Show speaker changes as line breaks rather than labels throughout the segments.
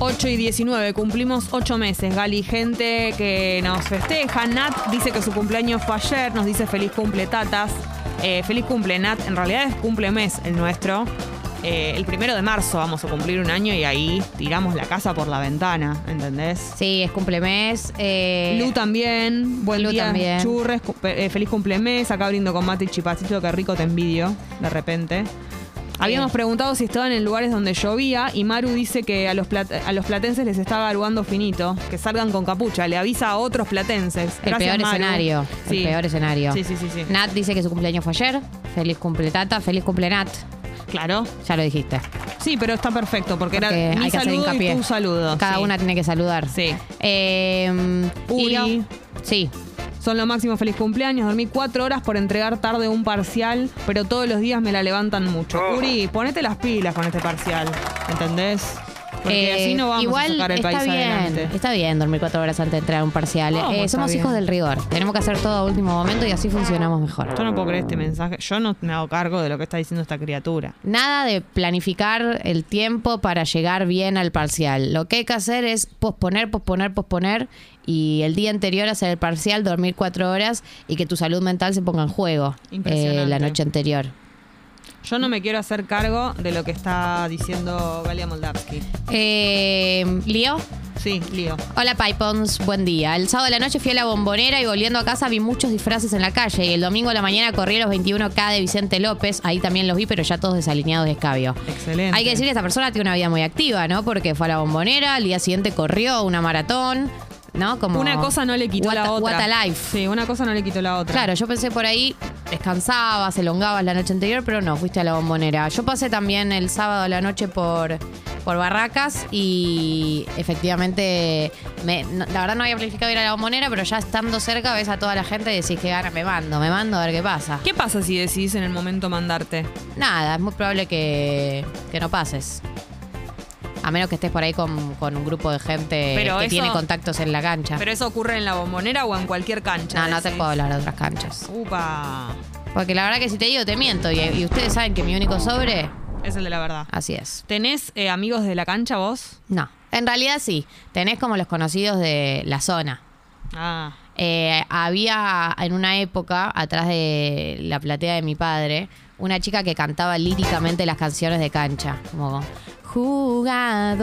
8 y 19, cumplimos 8 meses. Gali, gente que nos festeja. Nat dice que su cumpleaños fue ayer, nos dice feliz cumple, tatas. Eh, feliz cumple, Nat. En realidad es cumple mes el nuestro. Eh, el primero de marzo vamos a cumplir un año y ahí tiramos la casa por la ventana, ¿entendés?
Sí, es cumplemes. Eh,
Lu también, buen
Lu
día,
también.
churres, cu- eh, feliz cumplemes, acá brindo con mate y chipacito, que rico te envidio, de repente. Habíamos
Eh.
preguntado si estaban en lugares donde llovía y Maru dice que a los, plat- a los platenses les está garbando finito, que salgan con capucha, le avisa a otros platenses.
el
Gracias,
peor
Maru.
escenario.
Sí.
El peor escenario.
Sí, sí, sí, sí.
Nat dice que su cumpleaños fue ayer. Feliz cumple Tata, feliz cumple Nat.
Claro.
Ya lo dijiste.
Sí, pero está perfecto, porque,
Porque
era mi
hay que hacer
saludo
hincapié.
y tu saludo.
Cada
sí.
una tiene que saludar.
Sí.
Eh,
Uri.
Iro- Sí.
Son lo máximo, feliz cumpleaños. Dormí cuatro horas por entregar tarde un parcial, pero todos los días me la levantan mucho. Uri, ponete las pilas con este parcial, ¿entendés? Porque
Eh,
así no vamos a
igual
sacar el
está
país
bien,
adelante.
Está bien dormir cuatro horas antes de entrar a un parcial.
¿Cómo
Eh,
está
somos
bien?
hijos del rigor. Tenemos que hacer todo a último momento y así funcionamos mejor.
Yo no puedo creer este mensaje. Yo no me hago cargo de lo que está diciendo esta criatura.
Nada de planificar el tiempo para llegar bien al parcial. Lo que hay que hacer es posponer, posponer, posponer y el día anterior hacer el parcial, dormir cuatro horas y que tu salud mental se ponga en juego eh,
Impresionante.
la noche anterior.
Yo no me quiero hacer cargo de lo que está diciendo Galia Moldavsky.
Eh, ¿Lío?
Sí, lío.
Hola Pipons, buen día. El sábado de la noche fui a la bombonera y volviendo a casa vi muchos disfraces en la calle. Y el domingo a la mañana corrí a los 21K de Vicente López. Ahí también los vi, pero ya todos desalineados de escabio.
Excelente.
Hay que decir que esta persona tiene una vida muy activa, ¿no? Porque fue a la bombonera, al día siguiente corrió una maratón, ¿no? Como
Una cosa no le quitó
What
la
a-
otra.
what a life.
Sí, una cosa no le quitó la otra.
Claro, yo pensé por ahí, descansabas, elongabas la noche anterior, pero no, fuiste a la bombonera. Yo pasé también el sábado a la noche por, por Barracas y efectivamente, me- no- la verdad no había planificado ir a la bombonera, pero ya estando cerca ves a toda la gente y decís que gana, me mando, me mando a ver qué pasa.
¿Qué pasa si decidís en el momento mandarte?
Nada, es muy probable que, que no pases. A menos que estés por ahí con, con un grupo de gente
Pero
que
eso-
tiene contactos en la cancha.
Pero eso ocurre en la bombonera o en cualquier cancha.
no, no te
decís.
puedo hablar de otras canchas.
Upa.
Porque la verdad que si te digo, te miento. Y, y ustedes saben que mi único sobre,
Es el de la verdad.
así es.
¿Tenés eh, amigos de la cancha vos?
No. En realidad sí. Tenés como los conocidos de la zona.
Ah.
Eh, había en una época, atrás de la platea de mi padre, una chica que cantaba líricamente las canciones de cancha. Como jugadores.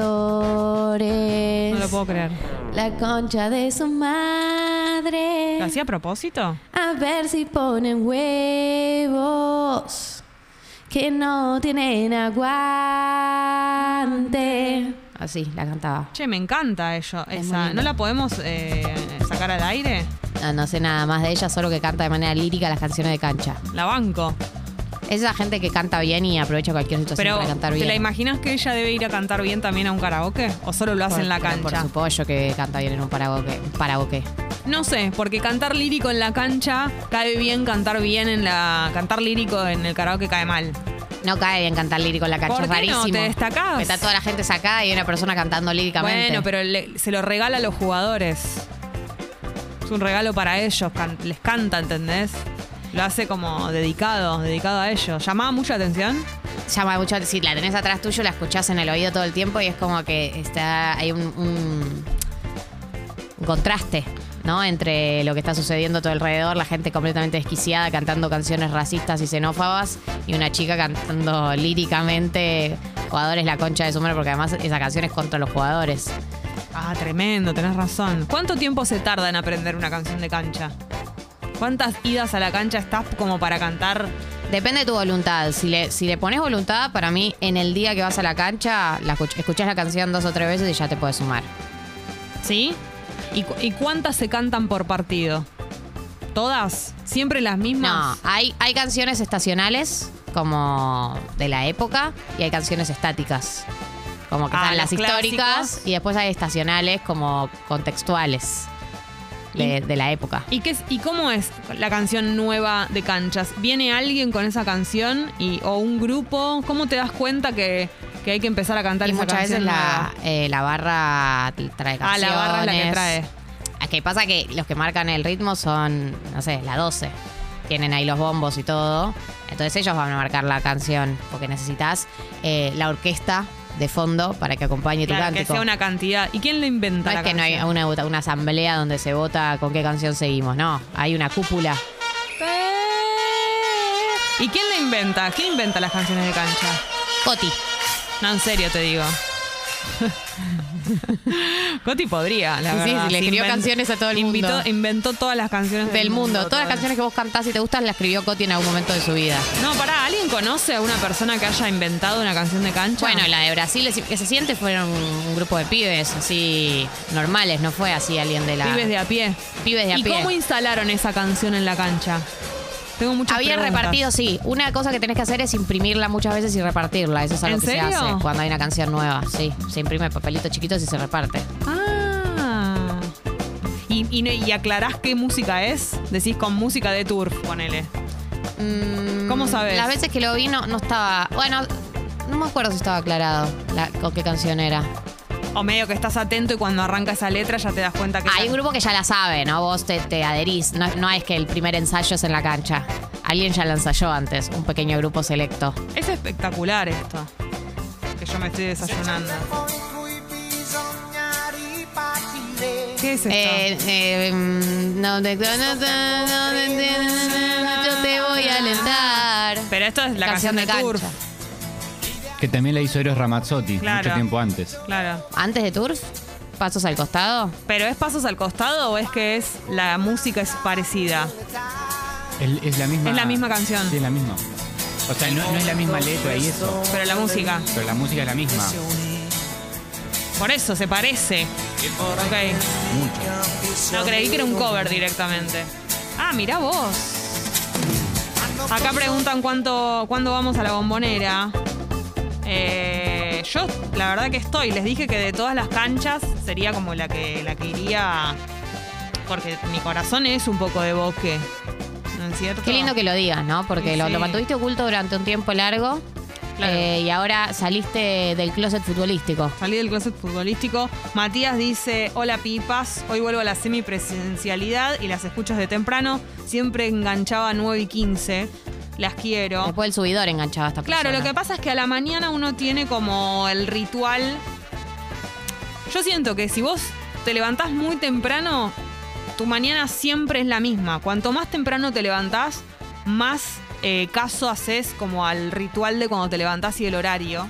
No lo puedo creer.
La concha de su
¿Lo
madre.
hacía a propósito?
A ver si ponen huevos que no tienen aguante. Así la cantaba.
Che, me encanta ello,
Es muy
esa.
linda.
¿No la podemos eh, sacar al aire?
No, no sé nada más de ella, solo que canta de manera lírica las canciones de cancha.
La banco.
Es esa gente que canta bien y aprovecha cualquier situación
Pero,
para cantar
¿te
bien.
la imaginas que ella debe ir a cantar bien también a un karaoke? ¿O solo lo hace en la
Por
cancha?
supuesto que canta bien en un paragoque. paragoque.
No sé, porque cantar lírico en la cancha cae bien, cantar bien en la. Cantar lírico en el karaoke cae mal.
No cae bien cantar lírico en la cancha,
¿Por
es
qué no?
rarísimo.
¿Te destacás?
Está toda la gente sacada y hay una persona cantando líricamente.
Bueno, pero le- se lo regala a los jugadores. Es un regalo para ellos, can- les canta, ¿entendés? Lo hace como dedicado, dedicado a ellos. ¿Llamaba mucha atención?
llama mucho si la tenés atrás tuyo la escuchás en el oído todo el tiempo y es como que está hay un, un- un contraste ¿no? entre lo que está sucediendo a todo alrededor la gente completamente desquiciada cantando canciones racistas y xenófobas y una chica cantando líricamente jugadores la concha de su madre porque además esa canción es contra los jugadores
Ah, tremendo, tenés razón. ¿Cuánto tiempo se tarda en aprender una canción de cancha? ¿Cuántas idas a la cancha estás como para cantar?
Depende de tu voluntad. Si le, si le pones voluntad, para mí, en el día que vas a la cancha, la escuch- escuchás la canción dos o tres veces y ya te puedes sumar.
¿Sí? ¿Y, cu- y cuántas se cantan por partido? ¿Todas? ¿Siempre las
No,
mismas?
hay, hay canciones estacionales, como de la época, y hay canciones estáticas. Como que
Ah,
están las
los
históricas
clásicos.
y después hay estacionales como contextuales de, de la época.
¿Y, qué es- ¿Y cómo es la canción nueva de Canchas? ¿Viene alguien con esa canción y, o un grupo? ¿Cómo te das cuenta que, que hay que empezar a cantar
Y
esa
muchas veces
canción?
la, eh, la barra trae canciones.
nueva? Ah, la barra es la que trae.
Ah, que pasa que los que marcan el ritmo son, no sé, la 12. Tienen ahí los bombos y todo. Entonces ellos van a marcar la canción porque necesitas eh, la orquesta de fondo para que acompañe tu
Claro, que
cántico.
sea una cantidad. ¿Y quién lo inventa?
No es
la
que no hay
canción?
una, vota- una asamblea donde se vota con qué canción seguimos, no. Hay una cúpula.
¿Y quién la inventa? ¿Quién inventa las canciones de cancha?
Coti.
No, en serio te digo. Coti podría, la
Sí, sí,
verdad.
le escribió
Invent-
canciones a todo el
invitó-
mundo.
Inventó todas las canciones
Del mundo. Todas las
todo.
canciones que vos cantás y te gustan las escribió Coti en algún momento de su vida.
No, pará, ¿alguien conoce a una persona que haya inventado una canción de cancha?
Bueno, la de Brasil es- que se siente fueron un grupo de pibes así normales, no fue así alguien de la.
Pibes de a pie.
Pibes de a
¿Y
pie.
cómo instalaron esa canción en la cancha? Tengo muchas
Había
preguntas.
repartido, sí. Una cosa que tenés que hacer es imprimirla muchas veces y repartirla. Eso es algo
¿En
que se
serio?
hace cuando hay una canción nueva. Sí, se imprime papelitos chiquitos y se reparte.
Ah. ¿Y, y, no- y aclarás qué música es? Decís con música de turf, ponele.
Mm,
¿Cómo sabés?
Las veces que lo vi no, no estaba. Bueno, no me acuerdo si estaba aclarado la- con qué canción era.
O medio que estás atento y cuando arranca esa letra ya te das cuenta que...
Hay un grupo que ya la sabe, ¿no? Vos te, te adherís. No, no es que el primer ensayo es en la cancha. Alguien ya la ensayó antes, un pequeño grupo selecto.
Es espectacular esto. Que yo me estoy desayunando. ¿Qué es esto?
Eh, eh, mm, no te- no te- no te- Yo te voy a alentar.
Pero esto es la canción, de, turf.
cancha.
Que también la hizo Eros Ramazzotti
Claro.
mucho tiempo antes.
Claro.
¿Antes de Turf? ¿Pasos al costado?
¿Pero es pasos al costado o es que es la música es parecida?
Es, es la misma.
Es la misma canción.
Sí, es la misma. O sea, no, no es la misma letra y eso,
Pero la música.
pero la música es la misma.
Por eso se parece. Ok.
Mucho.
No creí que era un cover directamente. Ah, mirá vos. Acá preguntan cuánto, cuándo vamos a la bombonera. Eh, yo la verdad que estoy. Les dije que de todas las canchas sería como la que la que iría. Porque mi corazón es un poco de bosque. ¿No es cierto?
Qué lindo que lo digas, ¿no? Porque
Sí,
lo,
sí.
lo mantuviste oculto durante un tiempo largo
Claro.
eh, y ahora saliste del closet futbolístico.
Salí del closet futbolístico. Matías dice, hola pipas, hoy vuelvo a la semipresencialidad y las escucho de temprano. Siempre enganchaba 9 y 15. Las quiero.
Después el subidor enganchaba a esta
Claro, lo que
persona.
pasa es que a la mañana uno tiene como el ritual. Yo siento que si vos te levantás muy temprano, tu mañana siempre es la misma. Cuanto más temprano te levantás, más eh, caso haces como al ritual de cuando te levantás y el horario.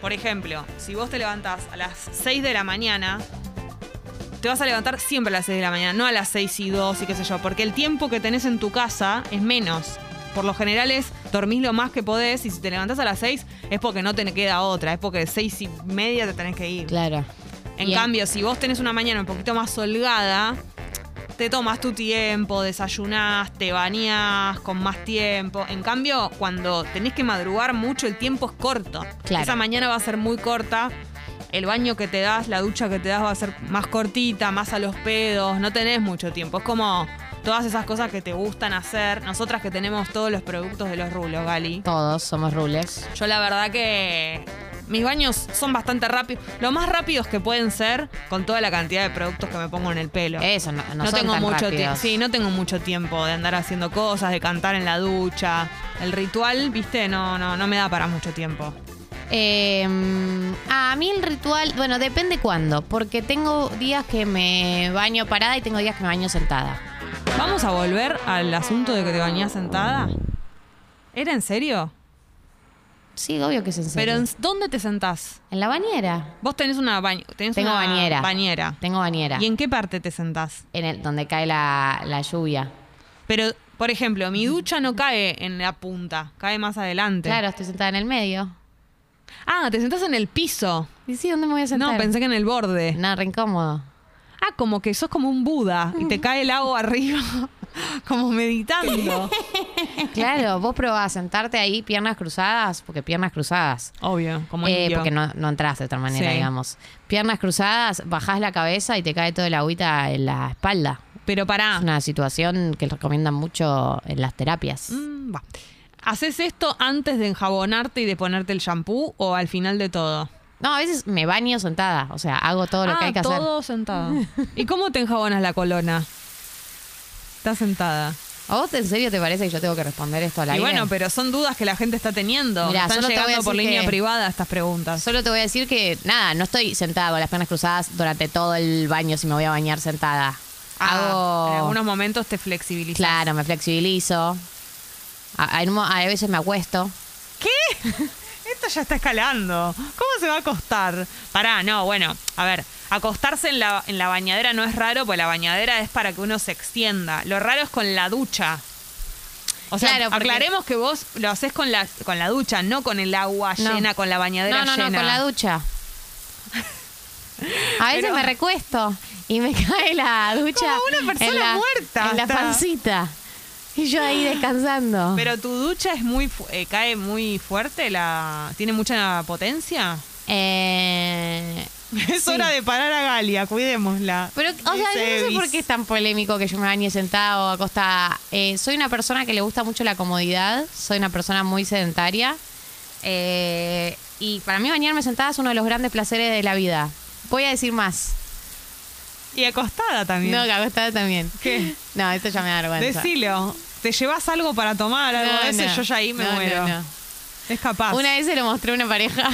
Por ejemplo, si vos te levantás a las 6 de la mañana, te vas a levantar siempre a las 6 de la mañana, no a las 6 y 2 y qué sé yo, porque el tiempo que tenés en tu casa es menos. Por lo general es dormís lo más que podés y si te levantás a las 6 es porque no te queda otra, es porque de 6 y media te tenés que ir.
Claro.
En
Y en-
cambio, si vos tenés una mañana un poquito más holgada, te tomas tu tiempo, desayunás, te bañás con más tiempo. En cambio, cuando tenés que madrugar mucho, el tiempo es corto.
Claro.
Esa mañana va a ser muy corta. El baño que te das, la ducha que te das va a ser más cortita, más a los pedos. No tenés mucho tiempo. Es como todas esas cosas que te gustan hacer. Nosotras que tenemos todos los productos de los rulos, Gali.
Todos somos rules.
Yo la verdad que mis baños son bastante rápidos, lo más rápidos que pueden ser con toda la cantidad de productos que me pongo en el pelo.
Eso, Eh, no, no,
no
son
tengo
tan
mucho tiempo,
rápidos.
sí, no tengo mucho tiempo de andar haciendo cosas, de cantar en la ducha. El ritual, ¿viste? No no no me da para mucho tiempo.
Eh, a mí el ritual, bueno, depende cuándo, porque tengo días que me baño parada y tengo días que me baño sentada.
Vamos a volver al asunto de que te bañás sentada. ¿Era en serio?
Sí, obvio que es en serio.
Pero ¿en- ¿dónde te sentás?
en la bañera.
Vos tenés una bañera.
Tengo bañera.
bañera.
Tengo bañera.
¿Y en qué parte te sentás?
En el, donde cae la, la lluvia.
Pero, por ejemplo, mi ducha no cae en la punta, cae más adelante.
Claro, estoy sentada en el medio.
Ah, te sentás en el piso.
Y sí, ¿dónde me voy a sentar?
No, pensé que en el borde.
Nada, re incómodo.
Ah, como que sos como un Buda y te cae el agua arriba, como meditando.
Claro, vos probás sentarte ahí piernas cruzadas, porque piernas cruzadas.
Obvio, como
Eh,
indio.
porque no, no entras de otra manera,
Sí.
digamos. Piernas cruzadas, bajás la cabeza y te cae toda el agüita en la espalda.
Pero pará.
Es una situación que recomiendan mucho en las terapias.
Mm, va. ¿Haces esto antes de enjabonarte y de ponerte el shampoo o al final de todo?
No, a veces me baño sentada, o sea, hago todo lo
ah,
que hay que
todo sentado. ¿Y cómo te enjabonas la colona? Estás sentada.
hacer. ¿A vos en serio te parece que yo tengo que responder esto a la
Y
aire?
bueno, pero son dudas que la gente está teniendo.
Mirá,
Están
solo te voy a
llegando por
decir
línea
que-
privada estas preguntas.
Solo te voy a decir que, nada, no estoy sentada con las piernas cruzadas durante todo el baño si me voy a bañar sentada.
Ah, En
Hago.
algunos momentos te flexibilizas.
Claro, me flexibilizo. A, a- en un mo- a veces me acuesto.
¿Qué? Esto ya está escalando. ¿Cómo se va a acostar? Pará, no, bueno, a ver, acostarse en la, en la bañadera no es raro, pues la bañadera es para que uno se extienda. Lo raro es con la ducha. O sea,
Claro, porque-
aclaremos que vos lo haces con la, con la ducha, no con el agua
No.
llena, con la bañadera
No, no,
llena.
no, con la ducha. A veces
Pero-
me recuesto y me cae la ducha.
Como una persona
en la,
muerta
En la
está.
pancita. Y yo ahí descansando.
Pero tu ducha es muy fu- eh, cae muy fuerte, la tiene mucha potencia.
Eh,
Es
Sí.
hora de parar a Galia, cuidémosla.
Pero, o sea,
Dice
yo no sé por
Evis.
qué es tan polémico que yo me bañe sentado o acostada. Eh, soy una persona que le gusta mucho la comodidad, soy una persona muy sedentaria. eh, y para mí bañarme sentada es uno de los grandes placeres de la vida. Voy a decir más.
Y acostada también.
No, que acostada también.
¿Qué?
No, esto ya me da vergüenza.
Decilo. Te llevas algo para tomar, algo
No,
de ese,
no.
yo ya ahí me
No, no,
muero. Ah.
no.
Es capaz.
Una vez se lo mostré a una pareja.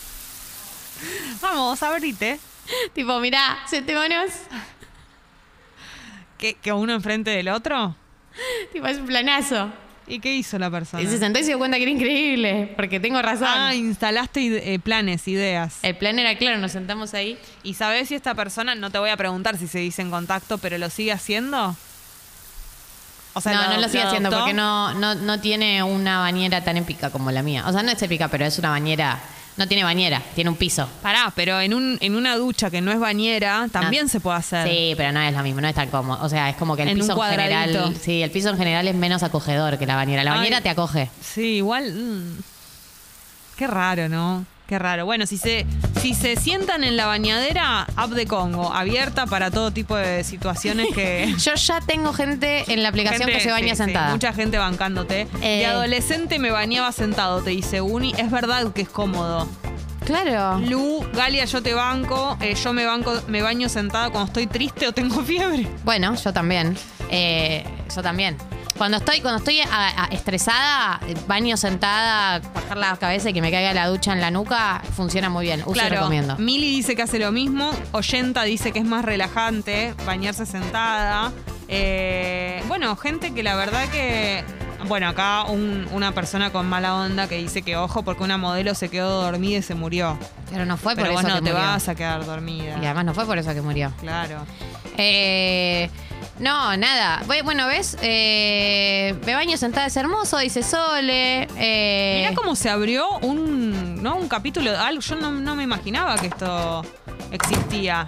Vamos, abrite.
tipo, mirá, sentémonos.
Que, que uno enfrente del otro.
Tipo, es un planazo.
¿Y qué hizo la persona?
Y se sentó y se dio cuenta que era increíble, porque tengo razón.
ah, instalaste ide- eh, planes, ideas.
El plan era claro, nos sentamos ahí.
¿Y sabes si esta persona, no te voy a preguntar si se dice en contacto, pero lo sigue haciendo? O
no, no lo sigue haciendo
adoptó?
porque no, no, no tiene una bañera tan épica como la mía. O sea, no es épica, pero es una bañera. No tiene bañera, tiene un piso.
Pará, pero en, un, en una ducha que no es bañera, también
No.
se puede hacer.
Ah, Sí, pero no es lo mismo, no es tan cómodo. O sea, es como que el
En un
piso en general.
cuadradito.
Sí, el piso en general es menos acogedor que la bañera. La
Ay.
bañera te acoge.
Sí, igual. mm. Qué raro, ¿no? Qué raro. Bueno, si se, si se sientan en la bañadera, app de Congo, abierta para todo tipo de situaciones que.
Yo ya tengo gente en la aplicación
Gente,
que se baña
sí,
sentada.
sí, mucha gente bancándote. De
Eh.
adolescente me bañaba sentado, te dice Uni. Es verdad que es cómodo.
Claro.
Lu, Galia, yo te banco. eh, yo me banco, me baño sentada cuando estoy triste o tengo fiebre.
Bueno, yo también. Eh, yo también. Cuando estoy, cuando estoy a- a- estresada, eh, baño sentada, bajar la cabeza y que me caiga la ducha en la nuca, funciona muy bien. Uso y recomiendo.
Mili dice que hace lo mismo. Oyenta dice que es más relajante bañarse sentada. Eh, bueno, gente que la verdad que. Bueno, acá un- una persona con mala onda que dice que ojo porque una modelo se quedó dormida y se murió.
Pero no fue por
Pero
eso
vos no
que
te
murió.
vas a quedar dormida.
Y además no fue por eso que murió.
Claro.
Eh, no, nada. Bu- Bueno, ¿ves? Eh, me baño sentada, es hermoso, dice Sole. Eh,
Mirá cómo se abrió un, ¿no? un capítulo. Algo, yo no, no me imaginaba que esto existía.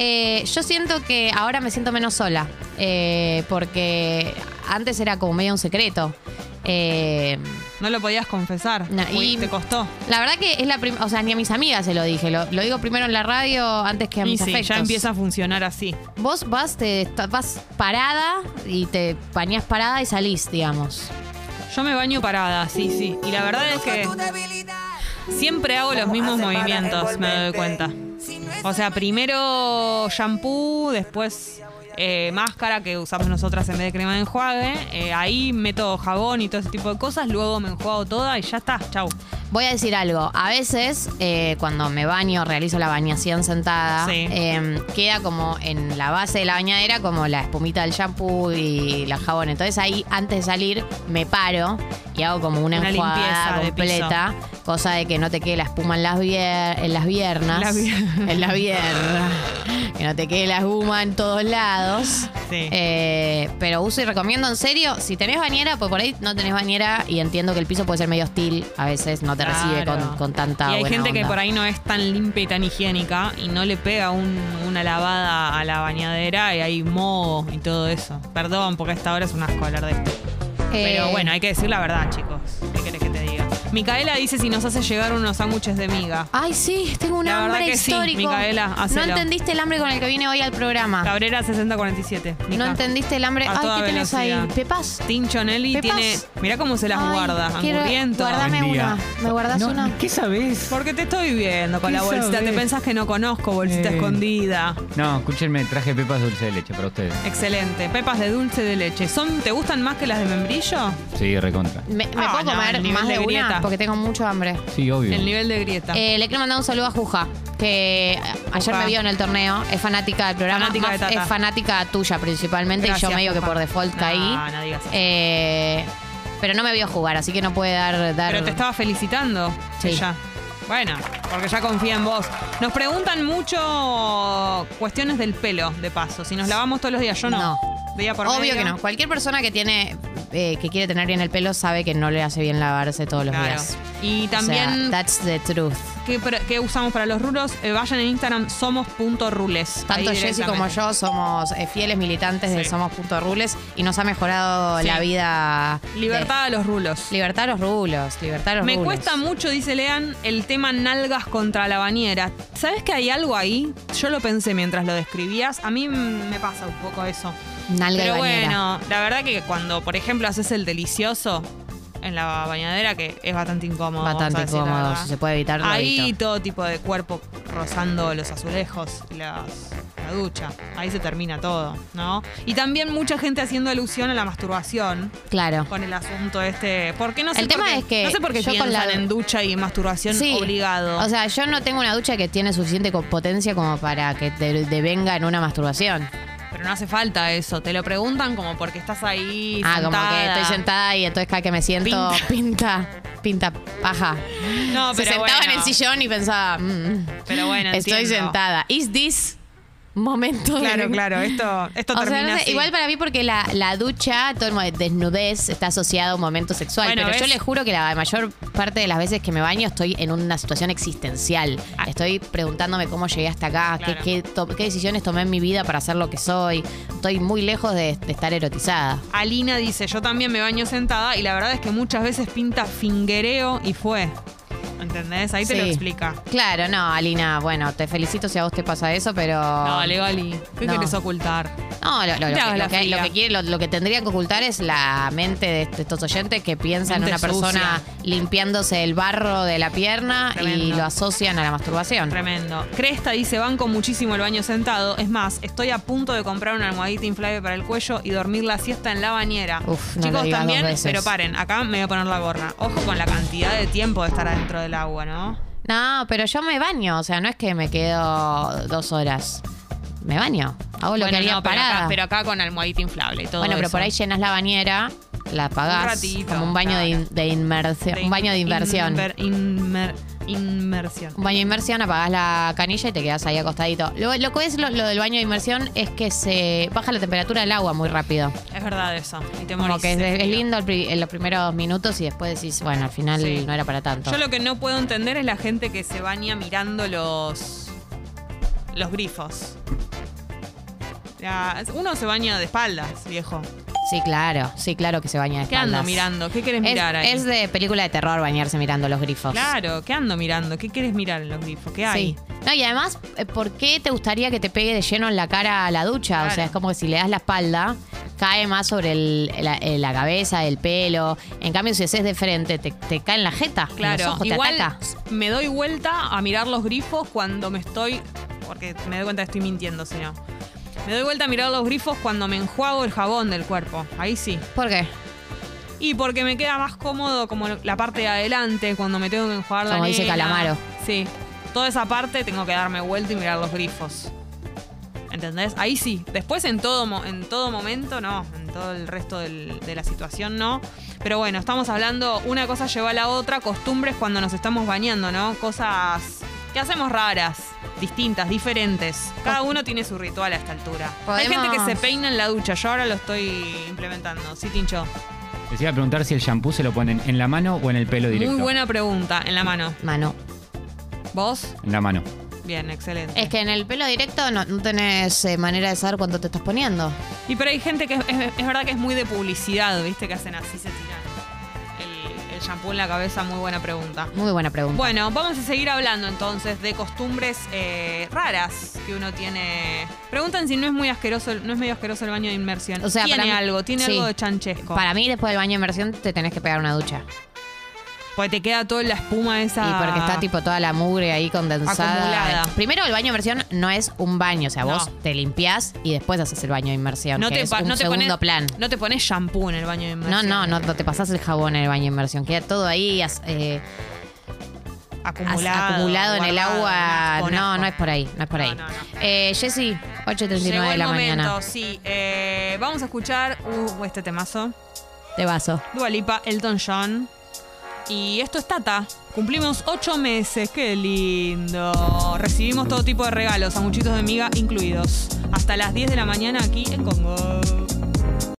eh, yo siento que ahora me siento menos sola. eh, porque antes era como medio un secreto. Eh,
No lo podías confesar.
No,
Uy,
y-
te costó.
la verdad que es la primera, o sea, ni a mis amigas se lo dije, lo, lo digo primero en la radio antes que a
Y
mis
sí,
afectos.
ya empieza a funcionar así.
Vos vas, te, vas parada y te bañás parada y salís, digamos.
Yo me baño parada, sí, sí. Y la verdad es que siempre hago los mismos movimientos, me doy cuenta. O sea, primero shampoo, después eh, máscara que usamos nosotras en vez de crema de enjuague. Eh, ahí meto jabón y todo ese tipo de cosas. Luego me enjuago toda y ya está, chau.
Voy a decir algo. A veces, eh, cuando me baño, realizo la bañación sentada,
Sí.
eh, queda como en la base de la bañadera, como la espumita del shampoo y la jabón. Entonces ahí, antes de salir, me paro y hago como una,
Una
enjuagada
limpieza de
completa. cosa de que no te quede la espuma en las, vier- en las piernas.
La vier-
en la pierna. que no te quede la espuma en todos lados.
Sí.
Eh, pero uso y recomiendo en serio. Si tenés bañera, pues por ahí no tenés bañera y entiendo que el piso puede ser medio hostil. A veces no te recibe
Claro.
con, con tanta.
Y hay
buena
gente que
onda.
por ahí no es tan limpia y tan higiénica y no le pega un- una lavada a la bañadera y hay moho y todo eso. Perdón, porque a esta hora es un asco hablar de esto. Pero
Eh,
bueno, hay que decir la verdad, chicos. ¿Qué querés que te diga? Micaela dice si nos hace llegar unos sándwiches de miga.
Ay, sí, tengo un
La verdad
hambre
que sí,
histórico.
Micaela,
no
hacelo.
entendiste el hambre con el que vine hoy al programa.
Cabrera 6047. Mica.
Ah. No entendiste el hambre.
A
Ay,
toda
¿qué tenés
velocidad.
ahí? ¿Pepas?
Tincho Nelly
Pepas.
tiene. Mirá cómo se las
Ay,
guarda,
quiero-
angurriento.
guardame
Buen día.
una. ¿Me guardás
No,
una?
¿Qué sabés?
Porque te estoy viendo con
¿Qué
la bolsita.
sabés?
Te pensás que no conozco bolsita
Eh.
escondida.
No, escúchenme, traje pepas dulce de leche para ustedes.
Excelente. Pepas de dulce de leche. ¿Son, ¿Te gustan más que las de membrillo?
Sí, recontra.
¿Me, me
Ah,
puedo
no,
comer
el nivel
más de,
de
una?
grieta.
Porque tengo mucho hambre.
Sí, obvio.
El nivel de grieta.
Eh, le quiero mandar un saludo a Juja, que eh, ayer
Juja.
me vio en el torneo. Es fanática del programa.
Fanática
más-
de Tata.
es fanática tuya principalmente. y
Gracias,
yo medio que
Juja.
por default
No,
caí.
no digas eso.
Eh, pero no me vio jugar, así que no puede dar. dar
Pero te estaba felicitando
Sí.
ella. Bueno, porque ya confía en vos. Nos preguntan mucho cuestiones del pelo, de paso. Si nos lavamos todos los días, yo no.
No.
Día por
Obvio
medio.
que no. Cualquier persona que tiene. eh, que quiere tener bien el pelo sabe que no le hace bien lavarse todos los
Claro.
días.
Y
O sea,
también,
that's the truth.
¿qué, pre- qué usamos para los rulos? Eh, vayan en Instagram, somos.rules.
Tanto Jessy como yo somos eh, fieles militantes de
Sí.
Somos Punto Rules y nos ha mejorado
Sí.
la vida. de-
Libertad a los rulos.
Libertad a los rulos, libertad a los
Me
rulos.
cuesta mucho, dice Lean, el tema nalgas contra la bañera. ¿Sabes que hay algo ahí? Yo lo pensé mientras lo describías. A mí mm, me pasa un poco eso.
Nalga
Pero
y bañera.
bueno, la verdad que cuando, por ejemplo, haces el delicioso en la bañadera, que es bastante incómodo. vamos a
Bastante
decir la
incómodo,
verdad.
si se puede evitar. lo
Ahí
evito.
todo tipo de cuerpo rozando los azulejos, las- la ducha. Ahí se termina todo, ¿no? Y también mucha gente haciendo alusión a la masturbación
Claro.
con el asunto este. ¿Por qué no sé
El tema
por qué-
es que
No sé por qué
yo con
piensan
la-
en ducha y masturbación obligado.
O sea, yo no tengo una ducha que tiene suficiente co- potencia como para que te devenga en una masturbación.
Pero no hace falta eso. Te lo preguntan como porque estás ahí.
Ah, como que
sentada.
estoy sentada y entonces cada que me siento pinta, pinta, paja.
No,
Se
pero
sentaba
bueno.
en el sillón y pensaba, mm,
Pero bueno,
estoy
entiendo.
sentada. Is this momento de-
Claro, claro. Esto, esto
O sea,
termina
no sé,
así.
igual para mí porque la, la ducha, todo el mo- desnudez está asociado a un momento sexual,
Bueno,
pero yo
¿ves?
le juro que la mayor parte de las veces que me baño estoy en una situación existencial. Estoy preguntándome cómo llegué hasta acá, qué-
Ah. Claro.
qué, to- qué decisiones tomé en mi vida para ser lo que soy. Estoy muy lejos de, de estar erotizada.
Alina dice, yo también me baño sentada y la verdad es que muchas veces pinta fingereo y fue. ¿Entendés? Ahí te lo
Sí.
explica.
Claro, no, Alina, bueno, te felicito si a vos te pasa eso, pero...
No, Legali, ¿qué
Ah. No.
querés ocultar?
No, lo, lo- lo
Te hagas
que,
la
lo que-
fría.
lo que quiere- lo- lo que tendría que ocultar es la mente de, est- estos oyentes que piensan en
Mente
una persona limpiándose el barro de la pierna y
Tremendo.
lo asocian a la masturbación.
Tremendo. Cresta dice, banco muchísimo el baño sentado. Es más, estoy a punto de comprar una almohadita inflable para el cuello y dormir la siesta en la bañera.
Uf, no lo
Chicos,
digas dos
también,
veces.
pero paren, acá me voy a poner la gorra. Ojo con la cantidad de tiempo de estar adentro del agua, ¿no?
No, pero yo me baño, o sea, no es que me quedo dos horas. Me baño, hago Oh, lo que
Bueno,
haría
no, pero
parada.
acá, pero acá con almohadita inflable y todo
bueno, pero
eso.
por ahí llenas la bañera, la apagás.
Un ratito,
como un baño de, in- de inmersión.
De
Este, un baño de
in-
inversión.
inver- inmer- inmersión.
Un baño de inmersión, apagás la canilla y te quedás ahí acostadito. Lo, lo que es lo, lo del baño de inmersión es que se baja la temperatura del agua muy rápido.
Es verdad eso. Y te
Mm. Como
morís
que es,
de
es
frío.
lindo el pri- en los primeros minutos y después decís, bueno, al final
Sí.
no era para tanto.
Yo lo que no puedo entender es la gente que se baña mirando los los grifos. La- uno se baña de espaldas, viejo.
Sí, claro, sí, claro que se baña de
¿Qué ando
espaldas.
mirando? ¿Qué querés
Es,
mirar ahí?
es de película de terror bañarse mirando los grifos.
Claro, ¿qué ando mirando? ¿Qué querés mirar en los grifos? ¿Qué hay?
Sí. No, y además, eh, ¿por qué te gustaría que te pegue de lleno en la cara a la ducha? O
Claro.
sea, es como que si le das la espalda, cae más sobre el- la, eh, la cabeza, el pelo. En cambio, si haces de frente, te, te cae en la jeta, en
Claro,
los ojos,
igual
te ataca.
me doy vuelta a mirar los grifos cuando me estoy. Porque me doy cuenta que estoy mintiendo, si no. Me doy vuelta a mirar los grifos cuando me enjuago el jabón del cuerpo. Ahí sí.
¿Por qué?
Y porque me queda más cómodo como la parte de adelante cuando me tengo que enjuagar la
Como dice
nena.
Calamaro.
Sí. Toda esa parte tengo que darme vuelta y mirar los grifos. ¿Entendés? Ahí sí. Después en todo, mo- en todo momento no. En todo el resto del- de la situación no. Pero bueno, estamos hablando, una cosa lleva a la otra, costumbres cuando nos estamos bañando, ¿no? Cosas que hacemos raras, distintas, diferentes. Cada uno tiene su ritual a esta altura. Hay gente que
Podemos-
se peina en la ducha, yo ahora lo estoy implementando. Sí, Tincho.
Les iba a preguntar si el shampoo se lo ponen en la mano o en el pelo directo.
Muy buena pregunta, en la mano.
Mano.
¿Vos?
En la mano.
Bien, excelente.
Es que en el pelo directo no, no tenés eh, manera de saber cuánto te estás poniendo.
Y pero hay gente que es, es- es verdad que es muy de publicidad, ¿viste? Que hacen así, se tiran el, el shampoo en la cabeza, muy buena pregunta.
Muy buena pregunta.
Bueno, vamos a seguir hablando entonces de costumbres eh, raras que uno tiene. Preguntan si no es muy asqueroso, el- no es medio asqueroso el baño de inmersión.
O sea,
tiene
para mí-
algo, tiene
sí.
algo de chanchesco.
Para mí, después del baño de inmersión, te tenés que pegar una ducha.
Porque te queda toda la espuma esa.
Y porque está tipo toda la mugre ahí condensada.
Acumulada.
Primero, el baño de inmersión no es un baño. O sea,
No.
vos te limpiás y después haces el baño de inmersión.
No
que
te,
es
pa-
un
no te
segundo
pones,
plan.
No te pones shampoo en el baño de
No,
inmersión.
no, no, te pasás el jabón en el baño de inmersión. Queda todo ahí as- eh, as-
Acumulado.
acumulado en el
guardado, un
agua.
asco, un
no,
asco.
no es por ahí. No es por
No,
ahí.
no, no.
Eh, Jessy, 8.39
Llegó
de
el
la
momento,
mañana.
sí. Eh, vamos a escuchar uh, este temazo.
Te vaso.
Dua Lipa, Elton John. Y esto es Tata. Cumplimos ocho meses, qué lindo. Recibimos todo tipo de regalos, sanguchitos de miga incluidos. Hasta las 10 de la mañana aquí en Congo.